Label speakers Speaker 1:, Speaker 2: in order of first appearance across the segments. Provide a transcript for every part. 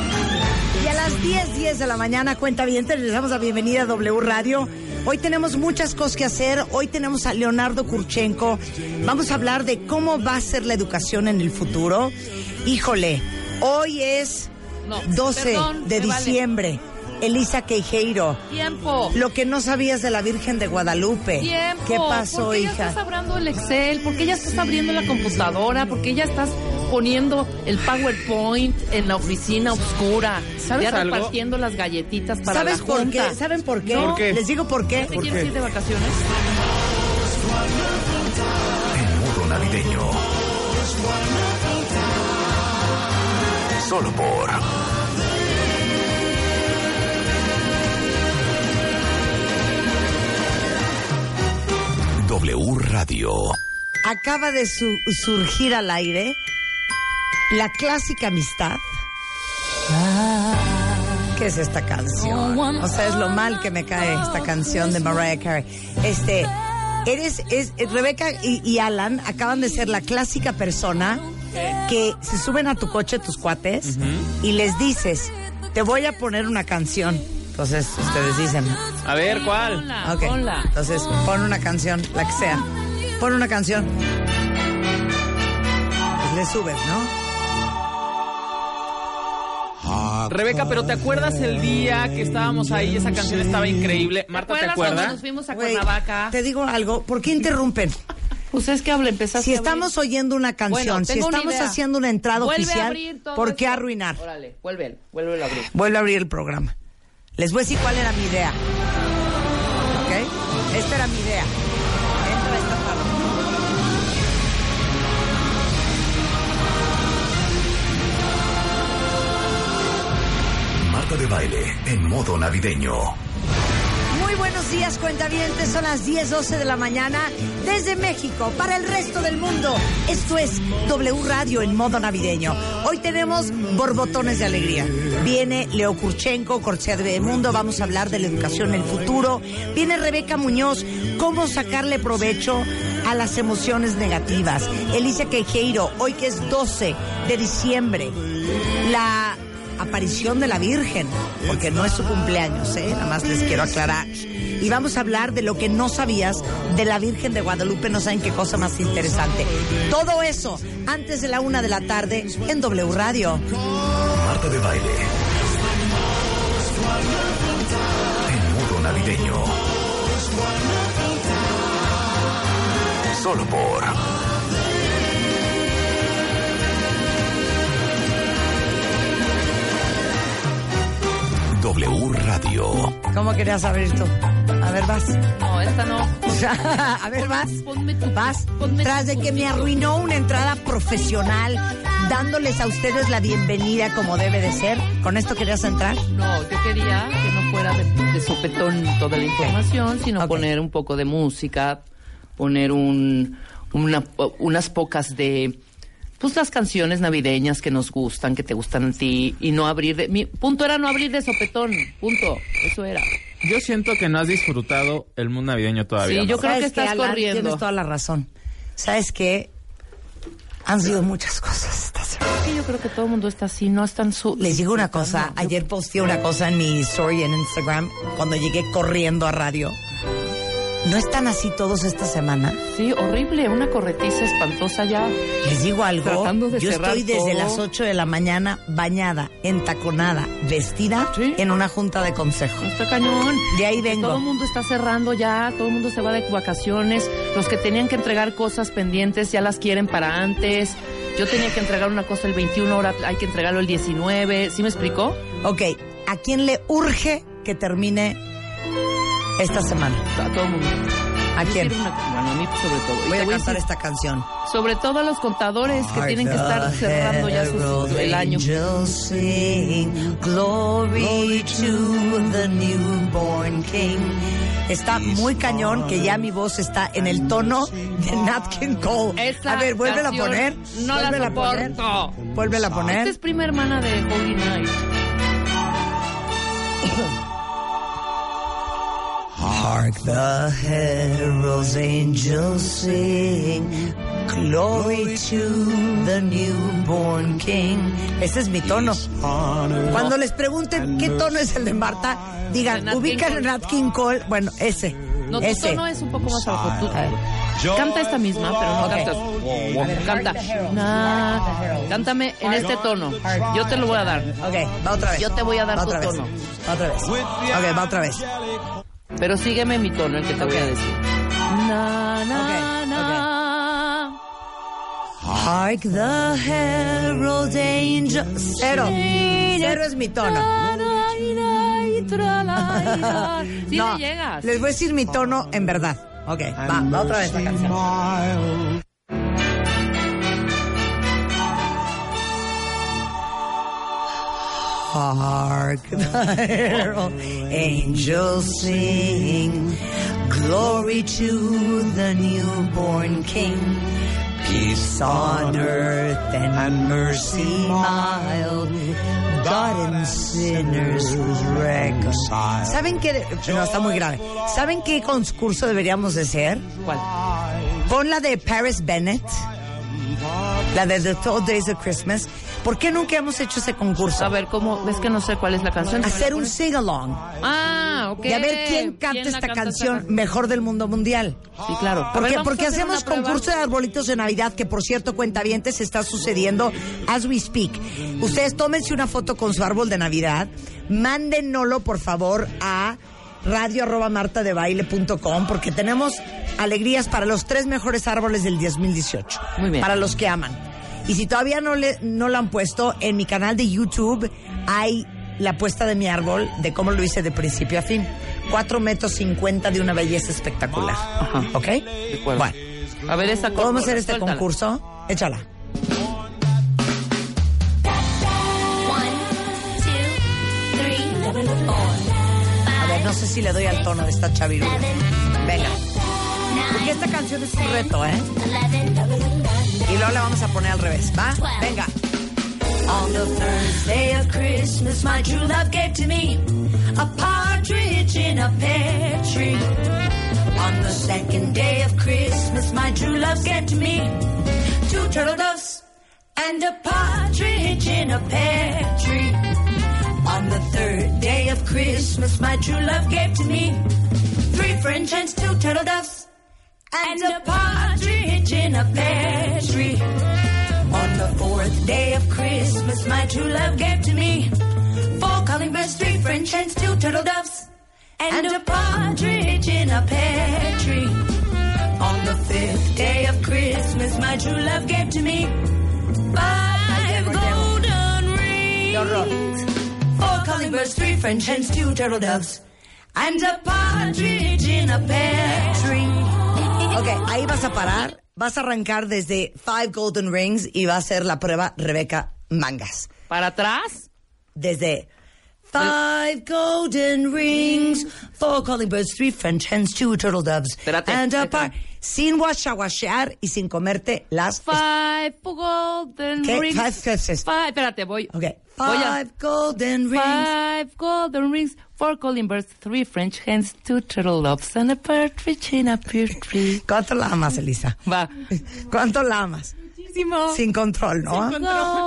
Speaker 1: Y a las 10, 10 de la mañana, cuenta bien, les damos la bienvenida a W Radio. Hoy tenemos muchas cosas que hacer. Hoy tenemos a Leonardo Kurchenko. Vamos a hablar de cómo va a ser la educación en el futuro. Híjole, hoy es
Speaker 2: No,
Speaker 1: 12
Speaker 2: perdón,
Speaker 1: de
Speaker 2: me vale.
Speaker 1: diciembre. Elisa Queijeiro.
Speaker 2: Tiempo.
Speaker 1: Lo que no sabías de la Virgen de Guadalupe.
Speaker 2: Tiempo.
Speaker 1: ¿Qué pasó,
Speaker 2: ¿Por qué Ya
Speaker 1: hija?
Speaker 2: estás abriendo el Excel, porque ya estás abriendo la computadora, porque ya estás poniendo el PowerPoint en la oficina oscura.
Speaker 3: ¿Sabes
Speaker 2: ya
Speaker 3: algo?
Speaker 2: repartiendo las galletitas para
Speaker 1: ¿Sabes
Speaker 2: la
Speaker 1: por
Speaker 2: junta.
Speaker 1: qué? ¿Saben por qué?
Speaker 2: ¿Por
Speaker 3: qué?
Speaker 1: Les digo por qué.
Speaker 2: ¿Te quieres ir de vacaciones?
Speaker 4: El mundo navideño. Solo por W Radio.
Speaker 1: Acaba de su- surgir al aire la clásica amistad. ¿Qué es esta canción? O sea, es lo mal que me cae esta canción de Mariah Carey. Este, eres, es, eh, Rebeca y, y Alan acaban de ser la clásica persona que se suben a tu coche tus cuates y les dices, te voy a poner una canción. Entonces ustedes dicen,
Speaker 3: A ver, ¿cuál?
Speaker 2: Ponla,
Speaker 1: Ok,
Speaker 2: ponla.
Speaker 1: Entonces, pon una canción, la que sea. Pon una canción. Pues le subes, ¿no?
Speaker 3: Rebeca, pero ¿te acuerdas el día que estábamos ahí? Esa canción estaba increíble. Marta, ¿te
Speaker 2: ¿Recuerdas cuando nos
Speaker 3: acuerdas?
Speaker 2: fuimos a
Speaker 1: Güey,
Speaker 2: Cuernavaca?
Speaker 1: Te digo algo, ¿por qué interrumpen?
Speaker 2: Pues es que hable, empezaste
Speaker 1: Si
Speaker 2: a abrir.
Speaker 1: estamos oyendo una canción,
Speaker 2: Bueno,
Speaker 1: si
Speaker 2: tengo una
Speaker 1: estamos
Speaker 2: idea.
Speaker 1: haciendo una entrada
Speaker 2: Vuelve a
Speaker 1: oficial,
Speaker 2: abrir todo
Speaker 1: ¿por qué
Speaker 2: esto.
Speaker 1: arruinar?
Speaker 2: Órale, vuelve, vuelve a abrir.
Speaker 1: Vuelvo a abrir el programa. Les voy a decir cuál era mi idea. ¿Ok? Esta era mi idea. Entra esta parte.
Speaker 4: Marta de baile en modo navideño.
Speaker 1: Muy buenos días, cuentavientes. Son las 10, 12 de la mañana. Desde México, para el resto del mundo. Esto es W Radio en modo navideño. Hoy tenemos borbotones de alegría. Viene Leo Kurchenko, Cortesía de Bebemundo. Vamos a hablar de la educación en el futuro. Viene Rebeca Muñoz, cómo sacarle provecho a las emociones negativas. Elisa Quejeiro, hoy que es 12 de diciembre. La aparición de la Virgen, porque no es su cumpleaños, ¿eh? Nada más les quiero aclarar. Y vamos a hablar de lo que no sabías de la Virgen de Guadalupe, no saben qué cosa más interesante. Todo eso antes de la una de la tarde en W Radio.
Speaker 4: Marta de baile. En modo navideño. Solo por W Radio.
Speaker 1: ¿Cómo querías abrir tú? A ver, vas.
Speaker 2: No, esta no.
Speaker 1: a ver, vas.
Speaker 2: Ponme tu-
Speaker 1: Vas.
Speaker 2: ponme
Speaker 1: Tras
Speaker 2: tu-
Speaker 1: de que me arruinó una entrada profesional, dándoles a ustedes la bienvenida como debe de ser. ¿Con esto querías entrar?
Speaker 2: No, yo quería que no fuera de, de sopetón toda la información, sino
Speaker 1: Ok.
Speaker 2: poner un poco de música, poner un, una- unas pocas de... Pues las canciones navideñas que nos gustan, que te gustan a ti, y no abrir de... Mi punto era no abrir de sopetón, punto. Eso era.
Speaker 3: Yo siento que no has disfrutado el mundo navideño todavía.
Speaker 2: Sí, yo
Speaker 3: Marta.
Speaker 2: creo
Speaker 1: Pues, ¿Sabes
Speaker 2: que
Speaker 1: qué,
Speaker 2: estás
Speaker 1: Alan?
Speaker 2: corriendo.
Speaker 1: Tienes toda la razón. ¿Sabes qué? Han sido muchas cosas esta semana.
Speaker 2: Es que yo creo que todo el mundo está así, no están su...
Speaker 1: Les digo una cosa. Ayer posteé una cosa en mi story en Instagram cuando llegué corriendo a radio. ¿No están así todos esta semana?
Speaker 2: Sí, horrible, una corretiza espantosa ya.
Speaker 1: Les digo algo.
Speaker 2: Tratando de
Speaker 1: Yo
Speaker 2: cerrar
Speaker 1: estoy desde
Speaker 2: todo.
Speaker 1: las 8 de la mañana bañada, entaconada, vestida
Speaker 2: Sí.
Speaker 1: en una junta de consejo.
Speaker 2: Está cañón.
Speaker 1: De ahí
Speaker 2: Todo el
Speaker 1: vengo.
Speaker 2: mundo está cerrando ya, todo el mundo se va de vacaciones, los que tenían que entregar cosas pendientes ya las quieren para antes. Yo tenía que entregar una cosa el 21, ahora hay que entregarlo el 19. ¿Sí me explicó?
Speaker 1: Ok, ¿a quién le urge que termine esta semana?
Speaker 2: A todo el mundo. a,
Speaker 1: ¿A
Speaker 2: mí
Speaker 1: quién?
Speaker 2: quiero una- bueno, a mí sobre todo. Y
Speaker 1: Voy
Speaker 2: te
Speaker 1: a
Speaker 2: voy a
Speaker 1: cantar
Speaker 2: decir,
Speaker 1: esta canción.
Speaker 2: sobre todo a los contadores que tienen que estar cerrando ya sus- el año.
Speaker 1: Angels sing glory to the newborn king. Está muy cañón que ya mi voz está en el tono de Nat King Cole.
Speaker 2: Esa
Speaker 1: a ver, vuélvela a
Speaker 2: canción
Speaker 1: poner.
Speaker 2: no la
Speaker 1: vuélvela a poner,
Speaker 2: soporto.
Speaker 1: Vuélvela a
Speaker 2: Esta
Speaker 1: poner.
Speaker 2: es prima hermana de Holy Night.
Speaker 1: Hark the heralds, angels sing. Glory to the newborn king. Ese es mi tono. Cuando les pregunten qué tono es el de Marta,
Speaker 2: De
Speaker 1: digan,
Speaker 2: Nat King
Speaker 1: ubican a
Speaker 2: Cole.
Speaker 1: Nat King Cole. Bueno, ese.
Speaker 2: No, tu
Speaker 1: ese.
Speaker 2: tono es un poco más abajo. Tú, canta esta misma, pero no
Speaker 1: Ok.
Speaker 2: cantas. Canta. Na- cántame en este tono. Yo te lo voy a dar.
Speaker 1: Ok, va otra vez.
Speaker 2: Yo te voy a dar
Speaker 1: Va
Speaker 2: tu
Speaker 1: otra vez.
Speaker 2: tono.
Speaker 1: Va otra vez. Ok, va otra vez.
Speaker 2: Pero sígueme mi tono, el que te voy a decir. Na, na,
Speaker 1: Ok,
Speaker 2: na.
Speaker 1: Hark the herald angels. Cero. Cero es mi tono.
Speaker 2: Ra, ra, ira, y tra, la, ira. Sí
Speaker 1: no,
Speaker 2: le llegas.
Speaker 1: Les voy a decir mi tono en verdad. Ok, va, va otra vez la canción. Hark the herald angels sing, glory to the newborn king. Peace on earth and mercy mild, God and sinners reconcile. ¿Saben qué? No, está muy grave. ¿Saben qué concurso deberíamos de ser?
Speaker 2: ¿Cuál?
Speaker 1: Pon la de Paris Bennett. La de The Twelve Days of Christmas. ¿Por qué nunca hemos hecho ese concurso?
Speaker 2: A ver, ¿cómo? Es que no sé cuál es la canción.
Speaker 1: hacer un sing-along
Speaker 2: Ah, ok.
Speaker 1: y a ver quién canta
Speaker 2: la
Speaker 1: esta
Speaker 2: canta
Speaker 1: canción
Speaker 2: esta
Speaker 1: mejor del mundo mundial.
Speaker 2: canción? Sí, claro. A
Speaker 1: ¿Por
Speaker 2: ver,
Speaker 1: qué?
Speaker 2: vamos a
Speaker 1: Porque
Speaker 2: hacer
Speaker 1: hacemos
Speaker 2: una prueba.
Speaker 1: concurso de arbolitos de Navidad, que por cierto, cuentavientes, está sucediendo as we speak. Ustedes tómense una foto con su árbol de Navidad, mándenlo por favor a radio arroba martadebaile.com porque tenemos alegrías para los tres mejores árboles del 2018.
Speaker 2: Muy bien.
Speaker 1: Para los que aman. Y si todavía no le no la han puesto, en mi canal de YouTube hay la puesta de mi árbol de cómo lo hice de principio a fin. Cuatro metros cincuenta de una belleza espectacular.
Speaker 2: Ajá.
Speaker 1: ¿Ok?
Speaker 2: De acuerdo.
Speaker 1: Bueno,
Speaker 2: A ver, esa cosa.
Speaker 1: ¿podemos hacer este
Speaker 2: Suéltala.
Speaker 1: concurso? Échala. A ver, no sé si le doy al tono de esta chavirula. Venga. Porque esta canción es un reto, ¿eh? Y luego la vamos a poner al revés, ¿va? Venga.
Speaker 5: On the first day of Christmas, my true love gave to me a partridge in a pear tree. On the second day of Christmas, my true love gave to me two turtle doves and a partridge in a pear tree. On the third day of Christmas, my true love gave to me three French hens, two turtle doves, and a partridge in a pear tree. On the fourth day of Christmas, my true love gave to me four calling birds, three French hens, two turtle doves, and, a partridge in a pear tree. On the fifth day of Christmas, my true love gave to me five golden rings, four calling birds, three French hens, two turtle doves, and a partridge in a pear tree.
Speaker 1: Ok, ahí vas a parar. Vas a arrancar desde Five Golden Rings y va a hacer la prueba Rebeca Mangas.
Speaker 2: ¿Para atrás?
Speaker 1: Desde Five Golden Rings, Four Calling Birds, Three French Hens, Two Turtle Doves,
Speaker 2: Espérate,
Speaker 1: and a
Speaker 2: ahí está.
Speaker 1: par. Sin guachaguachear y sin comerte las.
Speaker 2: Five golden
Speaker 1: ¿Qué?
Speaker 2: rings.
Speaker 1: Five, five, five.
Speaker 2: Five, espérate, voy.
Speaker 1: Ok.
Speaker 2: Voy a-
Speaker 1: Five Golden Rings.
Speaker 2: Five golden rings, four calling birds, three French hens, two turtle doves, and a partridge in a pear tree.
Speaker 1: ¿Cuánto la amas, Elisa?
Speaker 2: Va.
Speaker 1: ¿Cuánto la amas? Sin control, ¿no?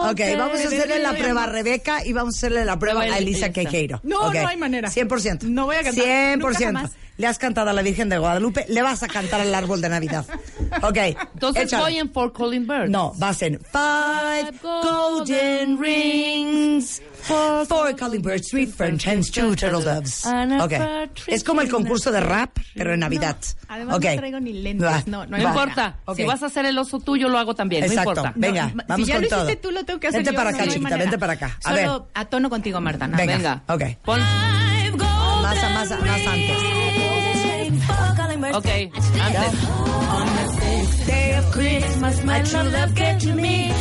Speaker 1: Ok, vamos a hacerle la prueba a Rebeca y vamos a hacerle la prueba
Speaker 2: Prueba
Speaker 1: a Elisa
Speaker 2: Elisa.
Speaker 1: Quejeiro.
Speaker 6: No,
Speaker 1: Ok.
Speaker 6: no hay manera.
Speaker 1: 100%.
Speaker 6: No voy a cantar.
Speaker 1: 100%.
Speaker 6: Nunca jamás.
Speaker 1: Le has cantado a la Virgen de Guadalupe, le vas a cantar al árbol de Navidad. Ok.
Speaker 2: Entonces
Speaker 1: échale.
Speaker 2: voy en four calling birds.
Speaker 1: No, vas en Five golden rings, Four calling birds, three French hens, two turtle doves.
Speaker 2: And a
Speaker 1: Ok.
Speaker 2: partridge
Speaker 1: Es como el
Speaker 2: in a
Speaker 1: concurso de rap, pero en Navidad.
Speaker 6: además
Speaker 1: Ok.
Speaker 6: no traigo ni lentes,
Speaker 1: Va,
Speaker 6: no, no
Speaker 2: No
Speaker 6: hay manera.
Speaker 1: va.
Speaker 2: importa.
Speaker 1: Ok.
Speaker 2: Si vas a hacer el oso tuyo, lo hago también.
Speaker 1: Exacto.
Speaker 2: No importa.
Speaker 1: Venga,
Speaker 6: No,
Speaker 1: vamos
Speaker 6: si ya
Speaker 1: con
Speaker 6: lo
Speaker 1: todo.
Speaker 6: hiciste tú, lo tengo que hacer
Speaker 1: Vente
Speaker 6: yo,
Speaker 1: para
Speaker 6: no
Speaker 1: acá,
Speaker 6: hay
Speaker 1: chiquita,
Speaker 6: manera.
Speaker 1: vente para acá. A
Speaker 6: Solo a tono contigo, Marta. nada.
Speaker 1: Venga.
Speaker 2: Venga.
Speaker 1: Ok.
Speaker 2: Pon.
Speaker 1: Más, más, más antes.
Speaker 5: Four calling birds,
Speaker 2: Ok,
Speaker 5: Yeah.
Speaker 2: antes.
Speaker 5: On the sixth day of Christmas, my true love gave to me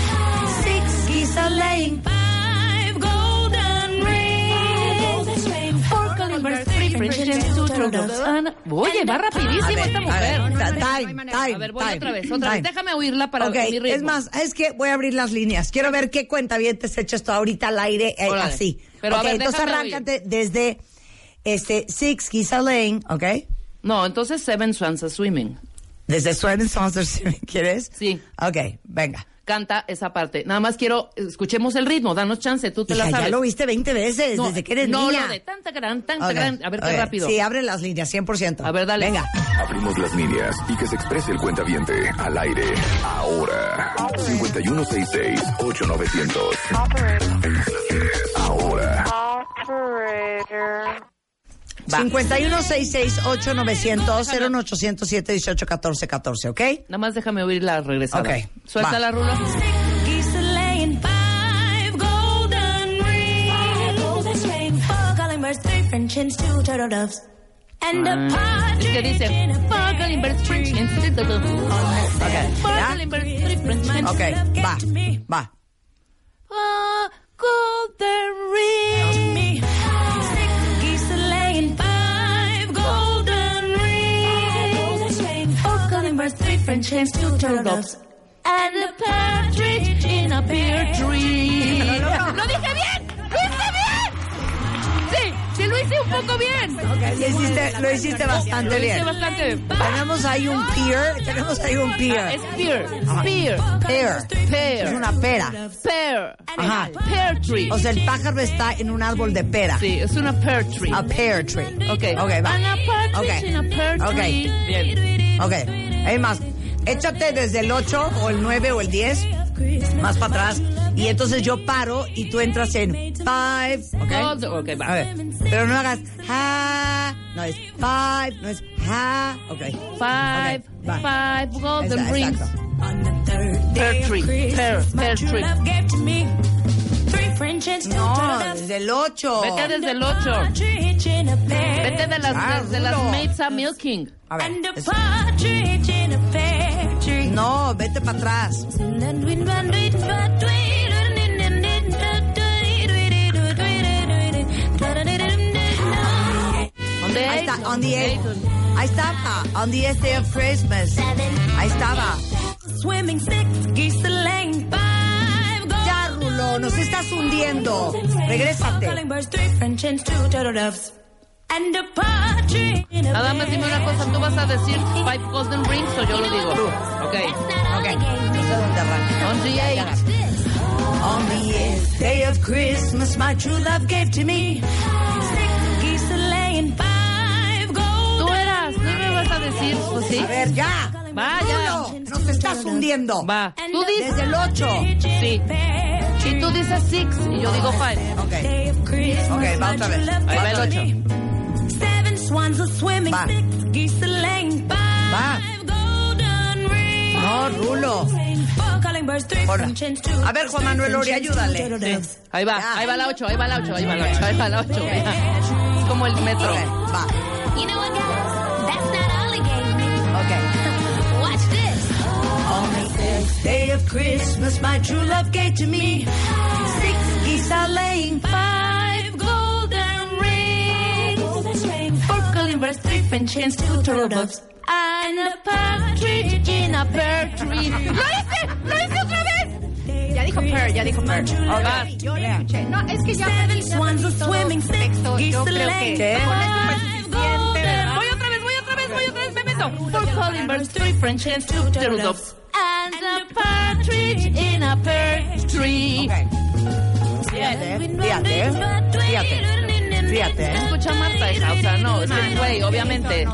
Speaker 5: six geese are laying, five golden rings, four columbers, three French hens, two turtles, and
Speaker 2: Oye, va rapidísimo esta mujer.
Speaker 1: ta- time, time,
Speaker 2: A ver, voy
Speaker 1: time,
Speaker 2: otra vez, otra vez.
Speaker 1: time.
Speaker 2: Déjame oírla para
Speaker 1: Ok,
Speaker 2: mi ritmo.
Speaker 1: es más, es que voy a abrir las líneas. Quiero ver qué cuentavientes hecho esto ahorita al aire, eh,
Speaker 2: Órale.
Speaker 1: así.
Speaker 2: Pero a
Speaker 1: Ok,
Speaker 2: ver,
Speaker 1: entonces
Speaker 2: déjame
Speaker 1: arráncate desde este, Six Geese Are Laying, ¿ok?
Speaker 2: No, entonces Seven Swans are Swimming.
Speaker 1: Desde Swan and Sons, si me quieres.
Speaker 2: Sí.
Speaker 1: Ok, venga.
Speaker 2: Canta esa parte. Nada más quiero, escuchemos el ritmo, danos chance, tú te
Speaker 1: Hija,
Speaker 2: la sabes.
Speaker 1: ya lo viste 20 veces,
Speaker 2: No,
Speaker 1: desde que eres
Speaker 2: no,
Speaker 1: niña.
Speaker 2: lo de tanta gran, tanta
Speaker 1: Ok,
Speaker 2: gran. A ver
Speaker 1: ok.
Speaker 2: qué rápido.
Speaker 1: Sí, abre las líneas, 100%.
Speaker 2: A ver, dale.
Speaker 1: Venga.
Speaker 4: Abrimos las líneas y que se exprese el cuentaviente al aire ahora. 5166-8900. Ahora.
Speaker 7: Operator.
Speaker 1: 5166-8900-01807-1814-14, ¿ok?
Speaker 2: Nada más déjame oír la regresada.
Speaker 1: Ok,
Speaker 2: Suelta
Speaker 1: va.
Speaker 2: la rula.
Speaker 5: geese are laying, five golden rings, four columbers, three French hens, two turtle doves, and a
Speaker 2: Ah, Es que
Speaker 5: partridge
Speaker 2: dice,
Speaker 5: in a
Speaker 2: "Fuck
Speaker 5: pear
Speaker 2: all inverse
Speaker 5: tree.
Speaker 2: French and sit down." Fuck
Speaker 1: ¿ya?
Speaker 2: all inverse French and sit down.
Speaker 1: Ok, va, va.
Speaker 2: Ah, golden ring.
Speaker 5: Three French hens, two turtle doves, and a partridge in a pear tree.
Speaker 2: ¡Lo dije bien! ¡Lo hice bien! Sí, sí lo hice un poco bien.
Speaker 1: Lo hiciste, lo hiciste
Speaker 2: Lo
Speaker 1: bastante
Speaker 2: hice
Speaker 1: bien.
Speaker 2: bastante bien.
Speaker 1: Tenemos ahí un peer, tenemos ahí un
Speaker 2: Ah, Es
Speaker 1: peer.
Speaker 2: pear, pear,
Speaker 1: Peer,
Speaker 2: pear,
Speaker 1: es una pera.
Speaker 2: pear,
Speaker 1: Ajá.
Speaker 2: pear tree.
Speaker 1: O sea, el pájaro está en un árbol de pera.
Speaker 2: Sí, es una pear tree.
Speaker 1: A pear tree.
Speaker 2: Ok.
Speaker 1: Ok, va.
Speaker 2: And a partridge
Speaker 1: Ok.
Speaker 2: in a pear
Speaker 1: Ok.
Speaker 2: tree. Bien.
Speaker 1: Ok. Es más, échate desde el 8 o el 9 o el 10, más para atrás. Y entonces yo paro y tú entras en 5. Ok.
Speaker 2: Golden- ok,
Speaker 1: A
Speaker 2: va.
Speaker 1: ver. Pero no hagas ha. No es 5, no es ha. Ok.
Speaker 2: Five,
Speaker 1: Ok, va.
Speaker 2: five golden
Speaker 1: Esa-
Speaker 2: rings.
Speaker 1: exacto.
Speaker 5: On the third day
Speaker 2: Pear
Speaker 5: of
Speaker 2: tree.
Speaker 5: Christmas,
Speaker 2: Pear-
Speaker 5: my
Speaker 2: pear
Speaker 5: true
Speaker 2: tree.
Speaker 5: love gave to me three French hens, two turtle
Speaker 1: No,
Speaker 5: doves,
Speaker 1: desde el 8.
Speaker 2: Vete desde el
Speaker 5: a
Speaker 2: 8.
Speaker 5: partridge in a pear
Speaker 2: Vete de
Speaker 1: Ah,
Speaker 2: las, de las
Speaker 1: rulo.
Speaker 2: maids a milking.
Speaker 1: A ver.
Speaker 5: And a
Speaker 1: es-
Speaker 5: partridge in a pear tree.
Speaker 2: pues.
Speaker 1: No, vete para atrás.
Speaker 5: And then we run, we run, we run, we run, we run, we run, we run, we run, we run.
Speaker 2: On the
Speaker 1: Ahí
Speaker 2: eight,
Speaker 1: está, on the eighth. Ahí estaba, on the eighth day of Christmas. Ahí estaba.
Speaker 5: Swimming six geese a laying five
Speaker 1: Ya,
Speaker 5: golden
Speaker 1: Rulo, nos estás hundiendo.
Speaker 5: calling
Speaker 1: Regrésate.
Speaker 5: birds, three French hens, two turtle doves, and a partridge in a
Speaker 2: Nada más dime una cosa, ¿tú vas a decir five golden rings o yo lo digo? Ok. On the eight.
Speaker 1: On the eighth day of Christmas, my true love gave to me.
Speaker 5: Geese are laying five golden
Speaker 2: Tú eras, tú me vas a decir, pues sí.
Speaker 1: A ver, ya.
Speaker 2: Vaya.
Speaker 1: Rulo, nos estás hundiendo.
Speaker 2: Va. Tú
Speaker 1: Desde
Speaker 2: dices,
Speaker 1: el 8.
Speaker 2: sí.
Speaker 5: pear
Speaker 2: Y tú dices six y yo digo five.
Speaker 1: Ok.
Speaker 5: day of Christmas.
Speaker 1: Ok, va otra vez.
Speaker 2: Ahí va el ocho.
Speaker 5: Seven swans are swimming,
Speaker 1: Va.
Speaker 5: six geese are laying
Speaker 1: Va.
Speaker 5: five golden rings.
Speaker 1: No, Oh, Rulo.
Speaker 5: Four calling birds, three
Speaker 1: Hola.
Speaker 5: French hens, two-
Speaker 1: A ver, Juan Manuel Ori, ayúdale.
Speaker 5: Turtle doves.
Speaker 2: Ahí va,
Speaker 1: Ya.
Speaker 2: ahí va la ocho, ahí va la ocho, ahí va la ocho, ahí va la ocho. Es como el metro.
Speaker 1: Ok, va.
Speaker 7: You know what, guys? That's not all it gave me.
Speaker 1: Ok.
Speaker 7: Watch this.
Speaker 1: On the eighth day of Christmas, my true love gave to me. Six geese are laying.
Speaker 5: Five golden rings. Four calling birds, three French hens, two turtle doves. And a partridge in a pear tree. ¡Lo hice! ¡Lo hice otra vez!
Speaker 6: Ya dijo Pearl, ya dijo Pearl.
Speaker 2: Vas.
Speaker 6: Yo lo escuché. No, es que ya perdí todo
Speaker 5: Swans are swimming,
Speaker 6: el texto. Yo creo que...
Speaker 1: ¿Qué?
Speaker 2: Voy otra vez, voy otra vez, voy otra vez, me meto.
Speaker 5: Four calling birds, three French hens, two turtle doves.
Speaker 7: And the
Speaker 5: Partridge in a pear tree.
Speaker 1: Ok. Fíjate, fíjate, fíjate, fíjate.
Speaker 2: Escucha Marta esa, o sea, no, es que, güey, obviamente.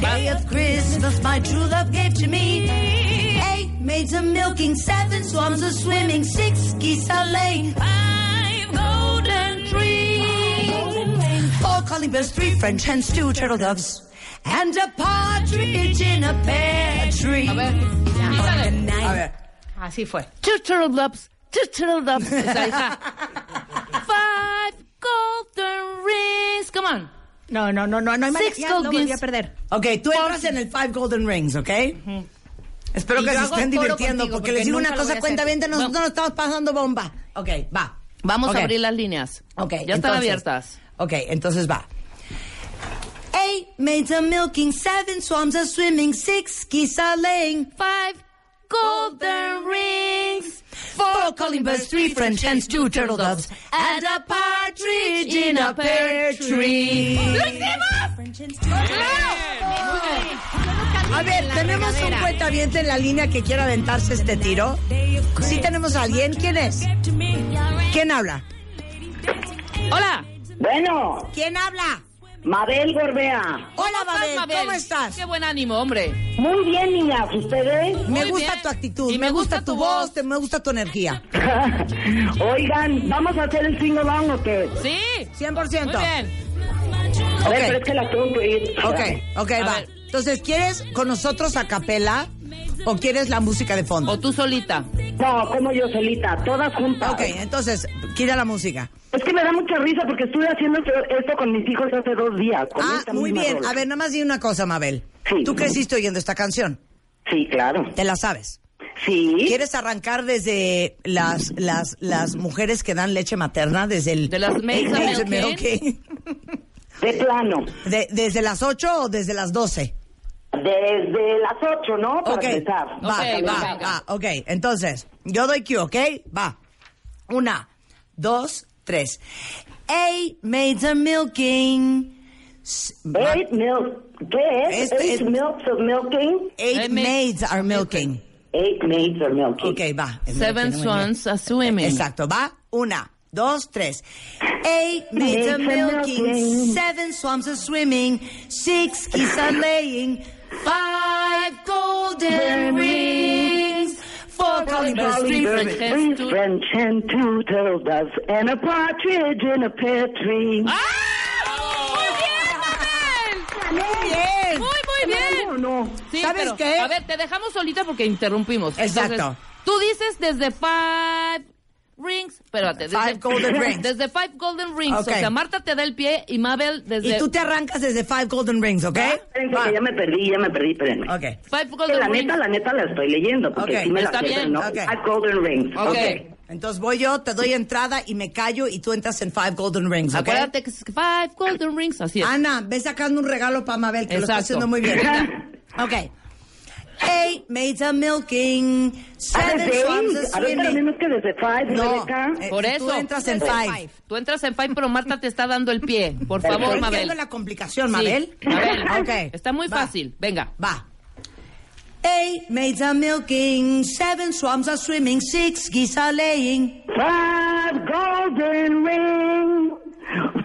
Speaker 1: Day of Christmas, my true love gave to me. Eight maids are milking, seven swans are swimming, six geese are laying,
Speaker 5: Five golden trees.
Speaker 1: four calling birds, three French hens, two turtle doves, and a partridge in a pear tree.
Speaker 2: A ver, quítale.
Speaker 1: A ver.
Speaker 6: Así fue.
Speaker 2: Two turtle doves, two turtle doves. Esa, hija. Five golden rings, come on.
Speaker 6: No, no, no, no, no hay manera.
Speaker 7: Six
Speaker 6: Ya
Speaker 7: gold
Speaker 6: lo volví a
Speaker 7: beans.
Speaker 6: perder.
Speaker 1: Ok, tú entras en el Five Golden Rings, ¿ok? Espero
Speaker 6: Y
Speaker 1: que
Speaker 6: yo
Speaker 1: se
Speaker 6: hago
Speaker 1: estén
Speaker 6: coro
Speaker 1: divirtiendo,
Speaker 6: contigo, porque
Speaker 1: porque les digo una
Speaker 6: nunca lo voy
Speaker 1: cosa,
Speaker 6: a
Speaker 1: cuenta bien,
Speaker 6: hacer.
Speaker 1: nosotros no estamos pasando bomba. Ok, va.
Speaker 2: Vamos
Speaker 1: Ok.
Speaker 2: a abrir las líneas.
Speaker 1: Ok,
Speaker 2: ya están
Speaker 1: entonces-
Speaker 2: abiertas.
Speaker 1: Ok, entonces va. Eight maids are milking, seven swans are swimming, six geese are laying,
Speaker 7: Five golden rings.
Speaker 1: four calling birds, three French hens, two turtle doves, and a partridge in a pear tree. A ver, tenemos un cuentaviente en la línea que quiera aventarse este tiro. Sí tenemos a alguien. ¿Quién es? ¿Quién habla?
Speaker 2: Hola.
Speaker 8: Bueno,
Speaker 1: ¿Quién habla?
Speaker 8: Mabel Gorbea.
Speaker 1: Hola,
Speaker 2: estás,
Speaker 1: Babel. ¿Cómo estás?
Speaker 2: Qué buen ánimo, hombre.
Speaker 8: Muy bien, niñas, ¿ustedes?
Speaker 1: Me
Speaker 2: Muy
Speaker 1: gusta
Speaker 2: bien.
Speaker 1: tu actitud,
Speaker 2: Y
Speaker 1: me gusta tu voz, te- me gusta tu energía.
Speaker 8: Oigan, ¿vamos a hacer el single o qué?
Speaker 2: Sí.
Speaker 1: 100%.
Speaker 2: Muy bien.
Speaker 8: A ver,
Speaker 1: Ok.
Speaker 8: pero es que la tengo que ir.
Speaker 1: Ok, ok,
Speaker 2: A
Speaker 1: va.
Speaker 2: ver.
Speaker 1: Entonces, ¿quieres con nosotros a capela o quieres la música de fondo?
Speaker 2: O tú solita.
Speaker 8: No, como yo solita, todas juntas.
Speaker 1: Ok, entonces, quita la música.
Speaker 8: Es que me da mucha risa porque estuve haciendo esto con mis hijos hace dos días. con
Speaker 1: Ah,
Speaker 8: esta
Speaker 1: muy
Speaker 8: misma
Speaker 1: bien.
Speaker 8: rola.
Speaker 1: A ver, nada más di una cosa, Mabel.
Speaker 8: Sí.
Speaker 1: Tú creciste oyendo esta canción,
Speaker 8: Sí, claro.
Speaker 1: te la sabes.
Speaker 8: Sí.
Speaker 1: ¿Quieres arrancar desde las las las mujeres que dan leche materna desde el
Speaker 2: De las maids
Speaker 1: Maids
Speaker 2: American.
Speaker 1: American?
Speaker 8: De plano.
Speaker 1: De- desde las 8 o desde las 12?
Speaker 8: Desde las ocho, ¿no? Para
Speaker 1: Ok,
Speaker 8: empezar.
Speaker 1: va, va,
Speaker 2: Ok, venga.
Speaker 1: va, ok. Entonces, yo doy cue, ¿ok? Va. Una, dos, tres. Eight maids are milking. S- va-
Speaker 8: Eight milk. ¿Qué es?
Speaker 1: Este
Speaker 8: Eight
Speaker 1: es-
Speaker 8: milks of milking.
Speaker 1: Eight
Speaker 2: Eight
Speaker 1: maids are milking.
Speaker 8: Eight maids are milking.
Speaker 1: Ok, va.
Speaker 2: Seven swans a swimming.
Speaker 1: Exacto, va. Una, dos, tres. Eight maids are milking. Seven swans are swimming. Six geese are laying. Five golden rings. Four calling birds, three
Speaker 2: French hens,
Speaker 8: Three
Speaker 2: two-
Speaker 8: French and two turtle doves and a partridge in a pear tree.
Speaker 1: Muy bien.
Speaker 2: Muy, muy bien.
Speaker 8: ¿O no?
Speaker 2: Sí,
Speaker 1: ¿Sabes
Speaker 2: pero,
Speaker 1: qué?
Speaker 2: A ver, te dejamos solita porque interrumpimos.
Speaker 1: Exacto.
Speaker 2: Entonces, tú dices desde five rings, espérate. Desde,
Speaker 1: Five golden rings.
Speaker 2: Desde five golden rings.
Speaker 1: Ok.
Speaker 2: O sea, Marta te da el pie y Mabel desde
Speaker 1: Y tú te arrancas desde Five Golden Rings, ¿ok?
Speaker 8: Espérense
Speaker 1: Va.
Speaker 8: Ah, que ya me perdí, ya me perdí, espérenme.
Speaker 1: Ok.
Speaker 2: five
Speaker 8: Que
Speaker 2: golden
Speaker 8: la
Speaker 2: rings.
Speaker 8: neta, la neta la estoy leyendo porque
Speaker 1: Ok,
Speaker 8: sí me la
Speaker 2: está
Speaker 8: pierdo,
Speaker 2: bien,
Speaker 8: ¿no?
Speaker 1: ok.
Speaker 8: A Golden Rings.
Speaker 2: Ok.
Speaker 1: Entonces voy yo, te doy entrada y me callo y tú entras en Five Golden Rings, ¿ok?
Speaker 2: Acuérdate que es five golden rings, así es.
Speaker 1: Ana, ve sacando un regalo para Mabel, que lo está
Speaker 2: Exacto.
Speaker 1: haciendo muy bien. ok. Eight maids are milking,
Speaker 8: Ah,
Speaker 1: seven
Speaker 8: desde
Speaker 1: swans are
Speaker 8: eight. A ver, pero
Speaker 1: swimming.
Speaker 8: menos que desde five,
Speaker 1: No,
Speaker 8: Rebeca.
Speaker 1: eh,
Speaker 2: Por
Speaker 1: tú
Speaker 2: eso.
Speaker 1: entras en Five.
Speaker 2: Tú entras en five, pero Marta te está dando el pie. Por favor,
Speaker 1: Estoy viendo
Speaker 2: Mabel.
Speaker 1: la complicación,
Speaker 2: Sí,
Speaker 1: Mabel. Ah,
Speaker 2: Mabel.
Speaker 1: Ok.
Speaker 2: Está muy
Speaker 1: Va.
Speaker 2: fácil. Venga.
Speaker 1: Va. Eight maids are milking, seven swans are swimming, six geese are laying.
Speaker 8: Five golden rings,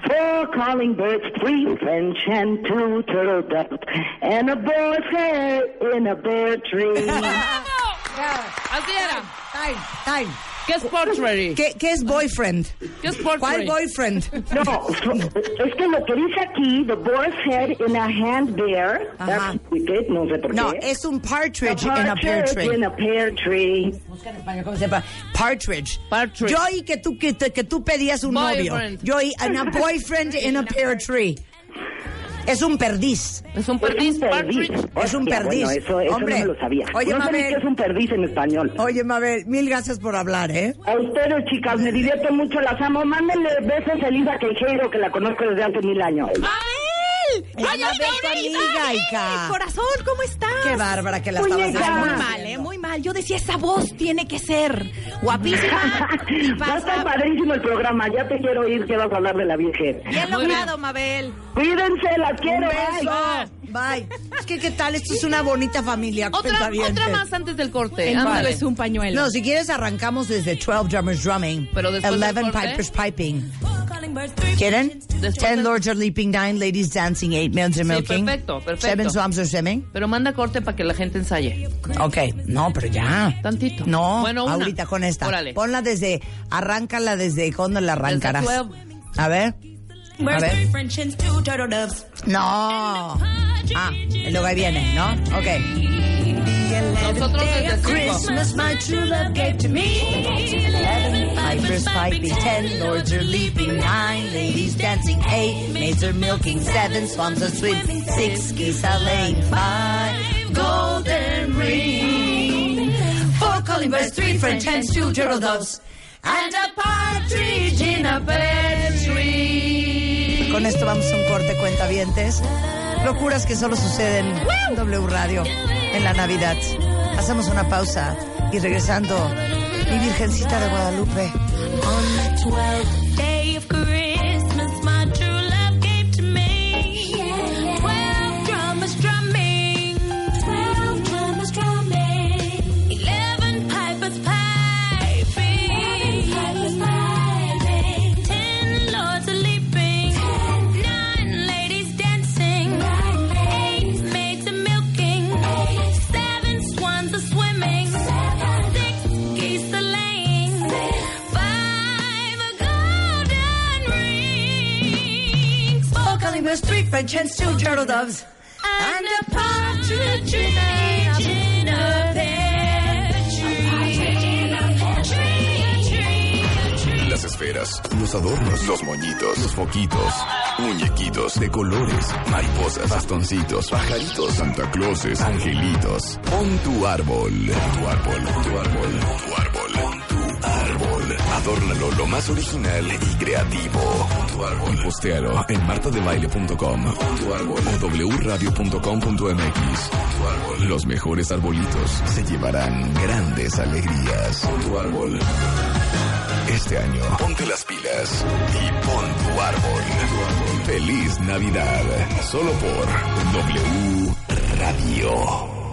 Speaker 8: four calling birds, three French and two turtle doves, and a boy's hair in a bear tree.
Speaker 2: Así era.
Speaker 1: Time, time.
Speaker 2: ¿Qué es portrait?
Speaker 1: ¿Qué, qué es boyfriend?
Speaker 2: ¿Qué es portrait?
Speaker 1: ¿Cuál boyfriend?
Speaker 8: No, es que lo que dice aquí, the boar's head in a hand bear,
Speaker 1: Ajá.
Speaker 8: that's stupid, no sé por qué.
Speaker 1: No, es un partridge
Speaker 8: A
Speaker 1: en a pear
Speaker 8: partridge
Speaker 1: tree.
Speaker 8: in a pear tree.
Speaker 1: Busca en español cómo se llama. Partridge.
Speaker 2: Partridge.
Speaker 1: Yo oí que tú, que, te- que tú pedías un novio.
Speaker 2: Boyfriend.
Speaker 1: Yo oí and a boyfriend in a pear tree. Es un perdiz.
Speaker 2: Es un
Speaker 8: Es
Speaker 2: perdiz.
Speaker 8: un perdiz.
Speaker 2: Partridge.
Speaker 1: Es un
Speaker 8: Hostia,
Speaker 1: perdiz.
Speaker 8: Bueno, eso, eso
Speaker 1: Hombre.
Speaker 8: no me lo sabía.
Speaker 1: Oye,
Speaker 8: no sé ni
Speaker 1: Mabel.
Speaker 8: qué es un perdiz en español.
Speaker 1: Oye, Mabel, mil gracias por hablar, ¿eh?
Speaker 8: A ustedes, chicas, me divierto mucho, las amo. Mándenle besos a Elisa Queijeiro, que la conozco desde hace mil años.
Speaker 6: ¡Mabel!
Speaker 1: Es
Speaker 6: ¡Ay, ay,
Speaker 1: Mabel, tu
Speaker 6: ay,
Speaker 1: amiga,
Speaker 6: ay!
Speaker 1: hija.
Speaker 6: Corazón, ¿cómo estás?
Speaker 1: Qué bárbara que la
Speaker 8: Oye,
Speaker 1: estabas
Speaker 8: ya.
Speaker 6: Muy
Speaker 1: haciendo.
Speaker 6: mal, ¿eh? Muy mal. Yo decía, esa voz tiene que ser
Speaker 1: Ah,
Speaker 6: guapísima. Y
Speaker 8: Va a estar
Speaker 6: pasa.
Speaker 8: padrísimo el programa, ya te quiero ir, que vas a hablar de la Virgen.
Speaker 6: Bien logrado, Mabel.
Speaker 8: Cuídense, las quiero. bye.
Speaker 1: Bye. Es que, ¿qué tal? Esto es una bonita familia.
Speaker 2: Otra,
Speaker 1: cuentavientes.
Speaker 2: otra más antes del corte.
Speaker 6: El mundo
Speaker 2: Ándale.
Speaker 6: es un pañuelo.
Speaker 1: No, si quieres arrancamos desde 12 Drummers Drumming,
Speaker 2: Pero después del
Speaker 1: 11
Speaker 2: corte.
Speaker 1: Pipers Piping. ¿Quieren?
Speaker 2: Después
Speaker 1: 10
Speaker 2: del-
Speaker 1: Lords Are Leaping, 9 Ladies Dancing, 8 Men Are Milking.
Speaker 2: perfecto, perfecto.
Speaker 1: 7 Swans Are Swimming.
Speaker 2: Pero manda corte para que la gente ensaye.
Speaker 1: Ok, no, pero ya.
Speaker 2: Tantito.
Speaker 1: No,
Speaker 2: Bueno, una.
Speaker 1: ahorita con esta.
Speaker 2: Órale.
Speaker 1: Ponla desde, arráncala desde cuando la arrancarás.
Speaker 2: Desde 12.
Speaker 1: A ver. A ver.
Speaker 5: Ah,
Speaker 1: No. Ah, luego ahí viene, ¿no? Ok.
Speaker 2: Nosotros desde
Speaker 5: Christmas
Speaker 2: cinco.
Speaker 5: my true love gave to me. Eleven pipers piping, ten lords are leaping, nine ladies dancing, eight maids are milking, seven swans are swimming, six geese are laying, five golden rings, four calling birds, three French hens, two turtle doves, and a partridge in a pear tree.
Speaker 1: Con esto vamos a un corte cuentavientes. Locuras que solo suceden en W Radio en la Navidad. Hacemos una pausa y regresando, mi Virgencita de Guadalupe.
Speaker 5: On the 12th day of Christmas, my true love gave to me 12 drummers drumming, 12 drummers drumming, 11 pipers piping, 10 lords are leaping, 9 ladies dancing, 8 maids are milking, 7 swans are swimming, 6 geese are laying, 5 are golden rings,
Speaker 1: Four calling birds, three French hens, two turtle doves.
Speaker 5: and a partridge in a pear tree.
Speaker 4: Las esferas, los adornos, los moñitos, los foquitos, muñequitos de colores, mariposas, bastoncitos, pajaritos, Santa Clauses, angelitos. Pon tu árbol, pon tu árbol, pon tu árbol, pon tu árbol, pon tu árbol. Adórnalo lo más original y creativo. Pon tu árbol. Y postealo en martadebaile.com. Pon tu árbol. O wradio.com.mx. Pon tu árbol. Los mejores arbolitos se llevarán grandes alegrías. Pon tu árbol. Este año, ponte las pilas y pon tu árbol. Feliz Navidad, solo por W Radio.